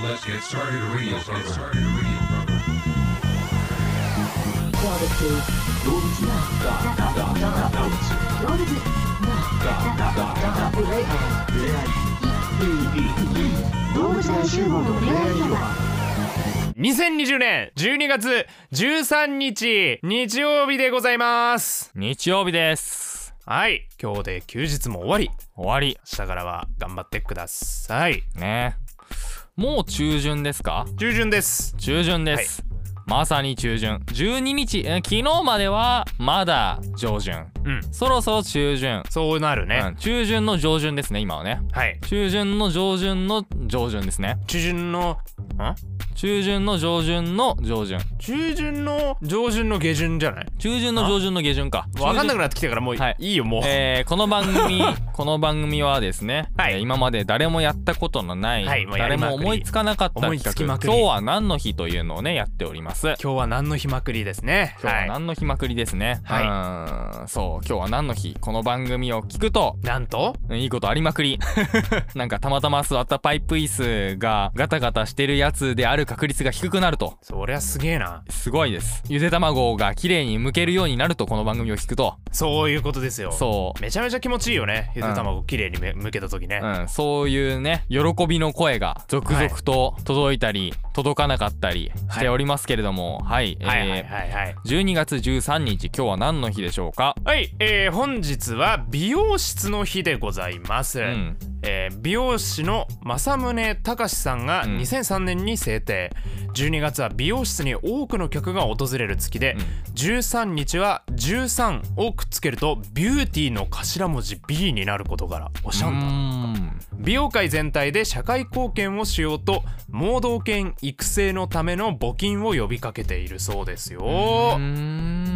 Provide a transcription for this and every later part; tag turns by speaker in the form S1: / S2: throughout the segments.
S1: Let's get started radio program. Let's get started radio program.
S2: Barbecue. 動物な動物動物な触れ合い動物大集合の恋愛広場
S3: 2020年12月13日日曜日でございます
S4: 日曜日です
S3: はい今日で休日も終わり
S4: 終わり
S3: 明日からは頑張ってください
S4: ねもう中旬ですか
S3: 中旬です
S4: 中旬です、まさに中旬12日え昨日まではまだ上旬
S3: うん
S4: そろそろ中旬、
S3: そうなるね、
S4: うん、中旬の上旬ですね今はね
S3: はい
S4: 中旬の上旬の上旬ですね
S3: 中旬のん
S4: 中旬の上旬の上旬
S3: 中旬の上旬の下旬じゃない
S4: 中旬の上旬の下旬か
S3: わかんなく
S4: い
S3: なってきたからもういい,、
S4: はい
S3: よもう、
S4: えー、この番組 この番組はですね、
S3: はい
S4: えー今まで誰もやったことのない、
S3: はいもうやり
S4: 誰
S3: まくり
S4: も思いつかなかった
S3: 思い
S4: 企
S3: つ
S4: 画
S3: きまくり
S4: 今日は何の日というのをねやっております
S3: 今日は何の日まくりですね
S4: 今日
S3: は
S4: はい何の日まくりですね、
S3: はい
S4: い、そう今日は何の日この番組を聞くと
S3: なんと
S4: いいことありまく りなんかたまたま座ったパイプ椅子がガタガタしてるやつである確率が低くなると
S3: そりゃすげえな
S4: すごいですゆで卵が綺麗に剥けるようになるとこの番組を聞くと
S3: そういうことですよ
S4: そう
S3: めちゃめちゃ気持ちいいよねゆで卵綺麗にむけた時ね、
S4: うん、そういうね喜びの声が続々と届いたり、届かなかったりしておりますけれどもはい、
S3: はいはいは
S4: え
S3: い
S4: ー
S3: はい
S4: 12月13日今日は何の日でしょうか
S3: はい、えー本日は美容室の日でございます、
S4: うん
S3: えー美容師の正宗隆さんが
S4: うん
S3: 2003年に制定、12月は美容室に多くの客が訪れる月で、13日は13をくっつけるとビューティーの頭文字 B になることからおしゃんだ
S4: うん
S3: 美容界全体で社会貢献をしようと盲導犬育成のための募金を呼びかけているそうですよ
S4: うーん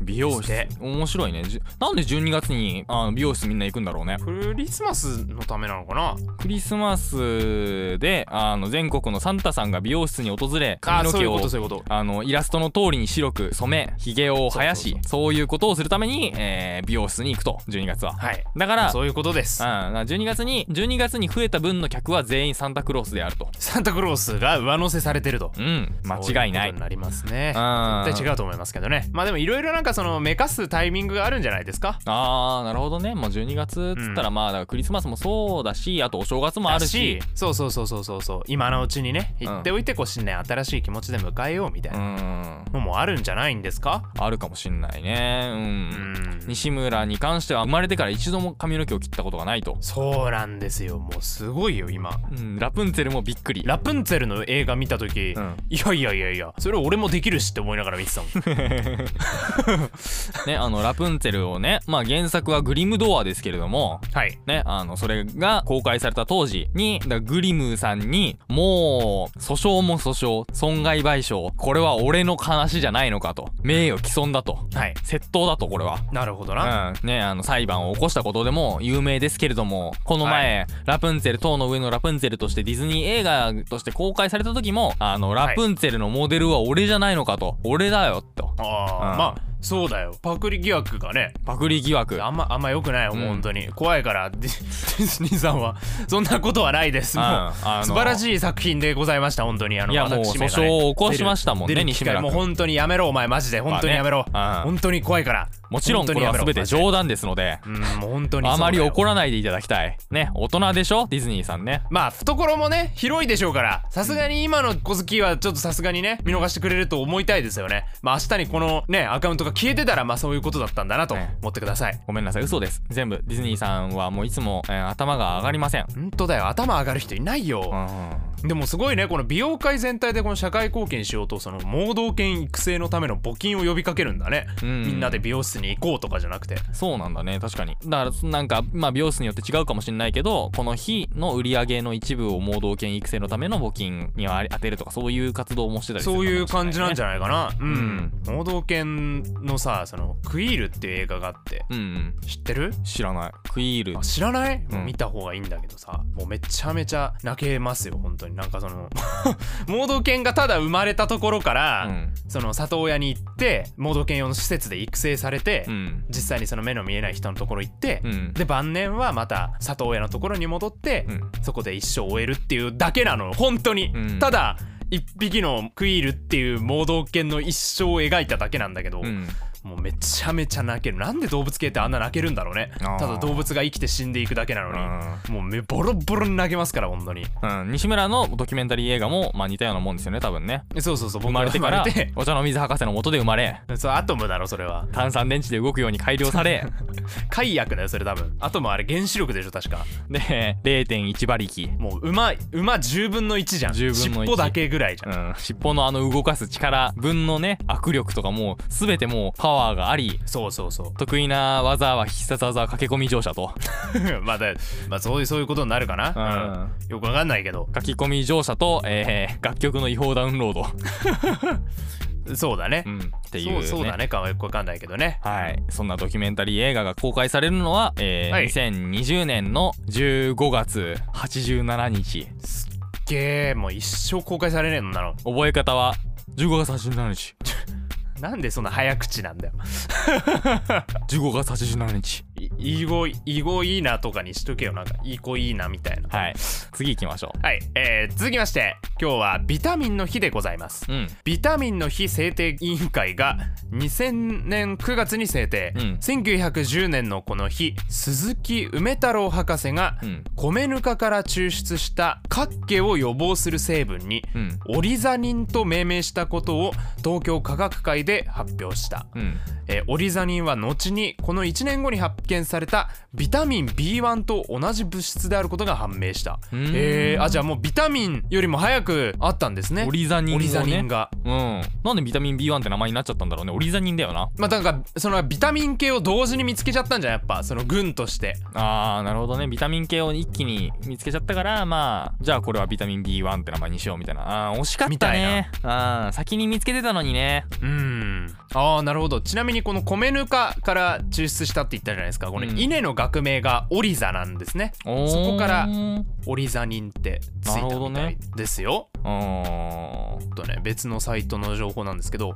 S4: 美容室
S3: して
S4: 面白いねじゅなんで12月にあの美容室みんな行くんだろうね
S3: クリスマスのためなのかな
S4: クリスマスであの全国のサンタさんが美容室に訪れ
S3: あ
S4: 髪の
S3: そうい
S4: 毛
S3: う
S4: を
S3: ことそういうこと
S4: あのイラストの通りに白く染めひげを生やし
S3: そう
S4: そういうことをするために、えー美容室に行くと12月は、
S3: はい
S4: だから
S3: そういうことです
S4: うん、12月に12月に増えた分の客は全員サンタクロースであると
S3: サンタクロースが上乗せされてると
S4: うん間違いな
S3: そううこと
S4: い
S3: になりますね
S4: うん
S3: 絶対違うと思いますけどねまあでもいろいろなんかそのめかすタイミングがあるんじゃないですか
S4: あーなるほどねもう12月っつったら、
S3: う
S4: まあだからクリスマスもそうだしあとお正月もあるし
S3: だそうそうそうそうそうそう今のうちにね行っておいてこう新年新しい気持ちで迎えようみたいうなんのもあるんじゃないんですか
S4: あるかもしんないねうん
S3: うん
S4: 西村に関しては生まれてから一度も髪の毛を切ったことがないと、
S3: そうなんですよもうすごいよ今
S4: うん、ラプンツェルもびっくり
S3: ラプンツェルの映画見た時、
S4: うん
S3: いやいやいやいやそれ俺もできるしって思いながら見てたも ん
S4: ねあのラプンツェルをねまあ原作はグリムドアですけれども
S3: はい
S4: ね、あのそれが公開された当時にだからグリムさんにもう訴訟も訴訟損害賠償これは俺の話じゃないのかと名誉毀損だと
S3: はい
S4: 窃盗だとこれは。
S3: なるほど
S4: う
S3: な、
S4: んね、あの裁判を起こしたことでも有名ですけれどもこの前、ラプンツェル塔の上のラプンツェルとしてディズニー映画として公開された時もあのラプンツェルのモデルは俺じゃないのかと、俺だよと
S3: ああ、
S4: うん
S3: まあそうだよパクリ疑惑がね
S4: パクリ疑惑
S3: あんまあんま良くないよ、
S4: うん
S3: 本当に怖いからデ ィディズニーさんはそんなことはないです、
S4: うん
S3: もう
S4: あの
S3: 素晴らしい作品でございました本当にあの
S4: いやもう
S3: 私めが
S4: 訴訟を起こしましたもんね
S3: 出る出る機
S4: 西村
S3: 会
S4: 君
S3: もう本当にやめろお前マジで本当にやめろ、
S4: うん
S3: 本当に怖いから
S4: もちろんこれは全て冗談ですので
S3: 本当にやめろマジでうんもう本当に
S4: あまり怒
S3: ら
S4: らないでいただきたい。ね、大人でしょディズニーさんね。
S3: まあ懐もね広いでしょうからさすがに今の小月はちょっとさすがにね見逃してくれると思いたいですよねまあ明日にこのねアカウントが消えてたらまあそういうことだったんだなと
S4: ね
S3: 思ってください、
S4: ごめんなさい、嘘です。全部、ディズニーさんはもういつも、えー頭が上がりません。
S3: 本当だよ頭上がる人いないよ、
S4: うん。
S3: でもすごいねこの美容界全体でこの社会貢献しようとその盲導犬育成のための募金を呼びかけるんだね、
S4: うん
S3: みんなで美容室に行こうとかじゃなくて
S4: そうなんだね、確かに。だから、なんか、まあ、美容室によって違うかもしれないけど、この日の売り上げの一部を盲導犬育成のための募金にあり当てるとか、そういう活動もしてたりする
S3: そういう感じなんじ
S4: ゃ
S3: ゃないかなうん盲導犬のさそのクイールっていう映画があって
S4: うんうん。
S3: 知ってる
S4: 知らない。クイール
S3: あ。知らない、
S4: うん
S3: 見た方がいいんだけどさもうめちゃめちゃ泣けますよ本当当になんかその 盲導犬がただ生まれたところから、
S4: うん
S3: その里親に行って盲導犬用の施設で育成されて、
S4: うん
S3: 実際にその目の見えない人のところ行って、
S4: うん
S3: で晩年はまた里親のところに戻って、
S4: うん
S3: そこで一生終えるっていうだけなの本当に、
S4: うん
S3: ただ一匹のクイールっていう盲導犬の一生を描いただけなんだけど、
S4: うん
S3: もうめちゃめちゃ泣けるなんで動物系ってあんな泣けるんだろうね
S4: あー
S3: ただ動物が生きて死んでいくだけなのにもうめボロボロに泣けますから本当に
S4: うん、西村のドキュメンタリー映画も、まあ、似たようなもんですよね多分ね
S3: そうそうそう
S4: 生
S3: 僕
S4: ま
S3: が
S4: れてから
S3: 生まれて
S4: お茶の水博士のもとで生まれ
S3: そうアトムだろそれは
S4: 炭酸電池で動くように改良さ れ
S3: 海薬だよそれ多分アトムあれ原子力でしょ確か
S4: で0.1馬力、
S3: もう馬馬10分の1じゃん
S4: 10分の1
S3: 尻尾だけぐらいじゃん、
S4: うん、尻尾のあの動かす力分のね握力とかもう全てもうパワーがあり
S3: そうそうそう
S4: 得意な技は必殺技は駆け込み乗車と
S3: まあだ、まあ、そういうそういうことになるかな、うんよくわかんないけど
S4: 書き込み乗車と、えー楽曲の違法ダウンロード、
S3: そうだね、
S4: うん、っていう、
S3: そうそうだねかはよくわかんないけどね
S4: はい、そんなドキュメンタリー映画が公開されるのは、えー
S3: はい
S4: 2020年の15月87日
S3: ゲーもう一生公開されねえのなの
S4: 覚え方は15月87日
S3: なんでそんな早口なんだよ
S4: 15月87日
S3: いいい語いい語いいなとかにしとけよなんかいい子いいなみたいな
S4: はい次行きましょ
S3: はい、えー、続きまして今日はビタミンの日でございます
S4: ううん
S3: ビタミンの日制定委員会が2000年9月に制定、
S4: うん
S3: 1910年のこの日鈴木梅太郎博士が
S4: うん
S3: 米ぬかから抽出した角形を予防する成分に
S4: うん
S3: オリザニンと命名したことを東京科学会で発表した、
S4: うん
S3: えーオリザニンは後にこの1年後に発見されたビタミン B1 と同じ物質であることが判明した
S4: うーん
S3: えー、あじゃあもうビタミンよりも早くあったんですね
S4: オリザニン
S3: オ
S4: をね
S3: リザニンが
S4: うんなんでビタミン B1 って名前になっちゃったんだろうねオリザニンだよな
S3: まあなんかそのビタミン系を同時に見つけちゃったんじゃんやっぱその群として
S4: あーなるほどねビタミン系を一気に見つけちゃったからまあじゃあこれはビタミン B1 って名前にしようみたいなあー惜しかっ
S3: み
S4: た
S3: た
S4: ね
S3: い
S4: あー先に見つけてたのにね
S3: うーんああなるほどちなみにこの米ぬかから抽出したって言ったじゃないですかこの
S4: うん
S3: 稲の学名がオリザなんですね、
S4: おー
S3: そこからオリザニンってついたみたいですよ、
S4: あ
S3: ちょっとね別のサイトの情報なんですけど、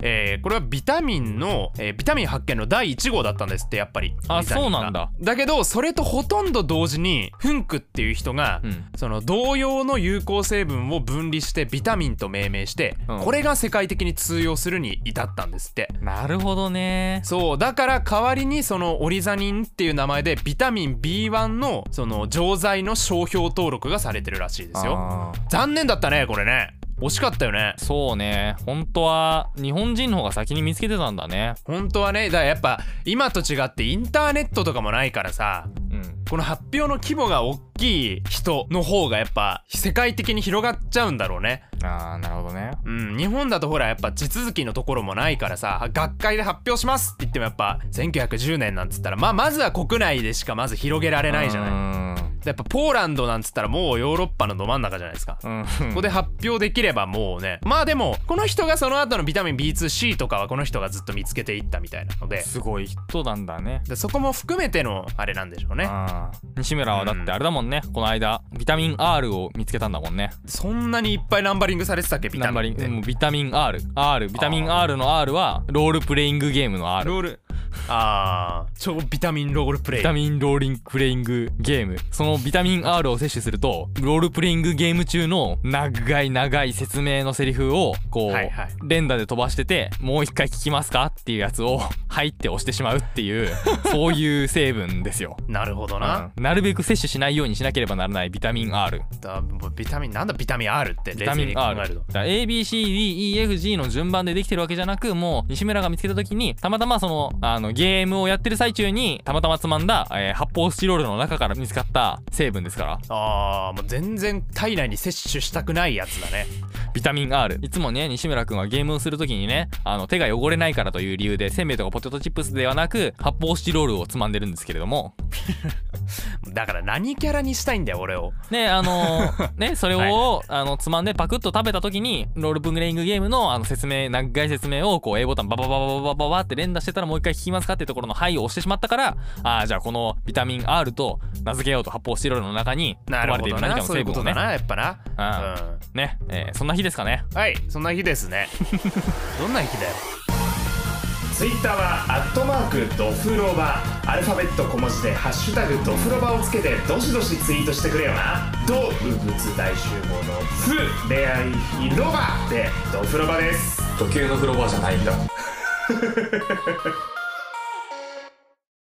S3: えーこれはビタミンの、えービタミン発見の第1号だったんですってやっぱり
S4: あ
S3: ビタミン
S4: そう
S3: が
S4: なんだ
S3: だけどそれとほとんど同時にフンクっていう人が、
S4: うん
S3: その同様の有効成分を分離してビタミンと命名して、
S4: うん
S3: これが世界的に通用するに至ったんですって
S4: なるほどね
S3: そうだから代わりにそのオリザニンっていう名前でビタミン B1 のその錠剤の商標登録がされてるらしいですよ
S4: あー
S3: 残念だったねこれね惜しかったよね
S4: そうね本当は日本人の方が先に見つけてたんだね
S3: 本当はねだからやっぱ今と違ってインターネットとかもないからさ
S4: うん
S3: この発表の規模が大きい人の方がやっぱ世界的に広がっちゃうんだろうね
S4: あーなるほどね
S3: うん日本だとほらやっぱ地続きのところもないからさ学会で発表しますって言ってもやっぱ1910年なんつったらまあまずは国内でしかまず広げられないじゃない
S4: ない
S3: やっぱポーランドなんつったらもうヨーロッパのど真ん中じゃないですか
S4: うん
S3: ここで発表できればもうねまあでもこの人がその後のビタミン B2C とかはこの人がずっと見つけていったみたいなのです
S4: ごい人なんだね
S3: でそこも含めてのあれなんでしょうね
S4: あー西村はだってあれだもんね、この間ビタミン R を見つけたんだもんね
S3: そんなにいっぱいナンバリングされてたっけビ
S4: ナ
S3: タ
S4: ンバ
S3: ミ
S4: リ
S3: ンっ
S4: ン
S3: て
S4: グもうビタミン RR ビタミン R の R はロールプレイングゲームの R
S3: ロールあー超ビタミンロールプレイ
S4: ビタミンローリングプレイングゲームそのビタミン R を摂取するとロールプレイングゲーム中の長い長い説明のセリフをこう、
S3: はいはい
S4: 連打で飛ばしててもう一回聞きますかっていうやつを「はい」って押してしまうっていう そういう成分ですよ、
S3: なるほどな、
S4: うんなるべく摂取しないようにしなければならないビタミン R
S3: だもうビタミンなんだビタミン R って
S4: ビ
S3: 冷
S4: タ
S3: 静
S4: ミ
S3: に
S4: ン
S3: 考
S4: R
S3: えると
S4: だから ABCDEFG の順番でできてるわけじゃなくもう西村が見つけた時にたまたまそのあのゲームをやってる最中にたまたまつまんだ、えー発泡スチロールの中から見つかった成分ですから
S3: あーもう全然体内に摂取したくないやつだね
S4: ビタミン R いつもね西村くんはゲームをする時にねあの手が汚れないからという理由でせんべいとかポテトチップスではなく発泡スチロールをつまんでるんですけれども
S5: だから何キャラにしたいんだよ俺を
S4: ねあのーねそれを、
S5: は
S4: あのつまんでパクッと食べた時にロールプレイングゲームのあの説明長い説明をこう A ボタンババババババババって連打してたらもう一回聞きますかっていうところの「はい」を押してしまったからあーじゃあこのビタミン R と名付けようと発泡スチロールの中に
S5: な
S4: 含
S5: るほど
S4: まれている何か
S5: な
S4: の
S5: そうい
S4: 成
S5: うこ
S4: 分
S5: と
S4: を
S5: だ
S4: ね
S5: なやっぱな
S4: あ
S5: うん
S4: ね、えーそんな日ですかね
S5: はいそんな日です ねどんな日だよ
S3: ツイッターはアットマークドフロバアルファベット小文字で「ハッシュタグドフロバ」をつけてどしどしツイートしてくれよなドウ物大集合の「フ」恋愛広場でドフロバです
S4: 時計の風呂場じゃないんだ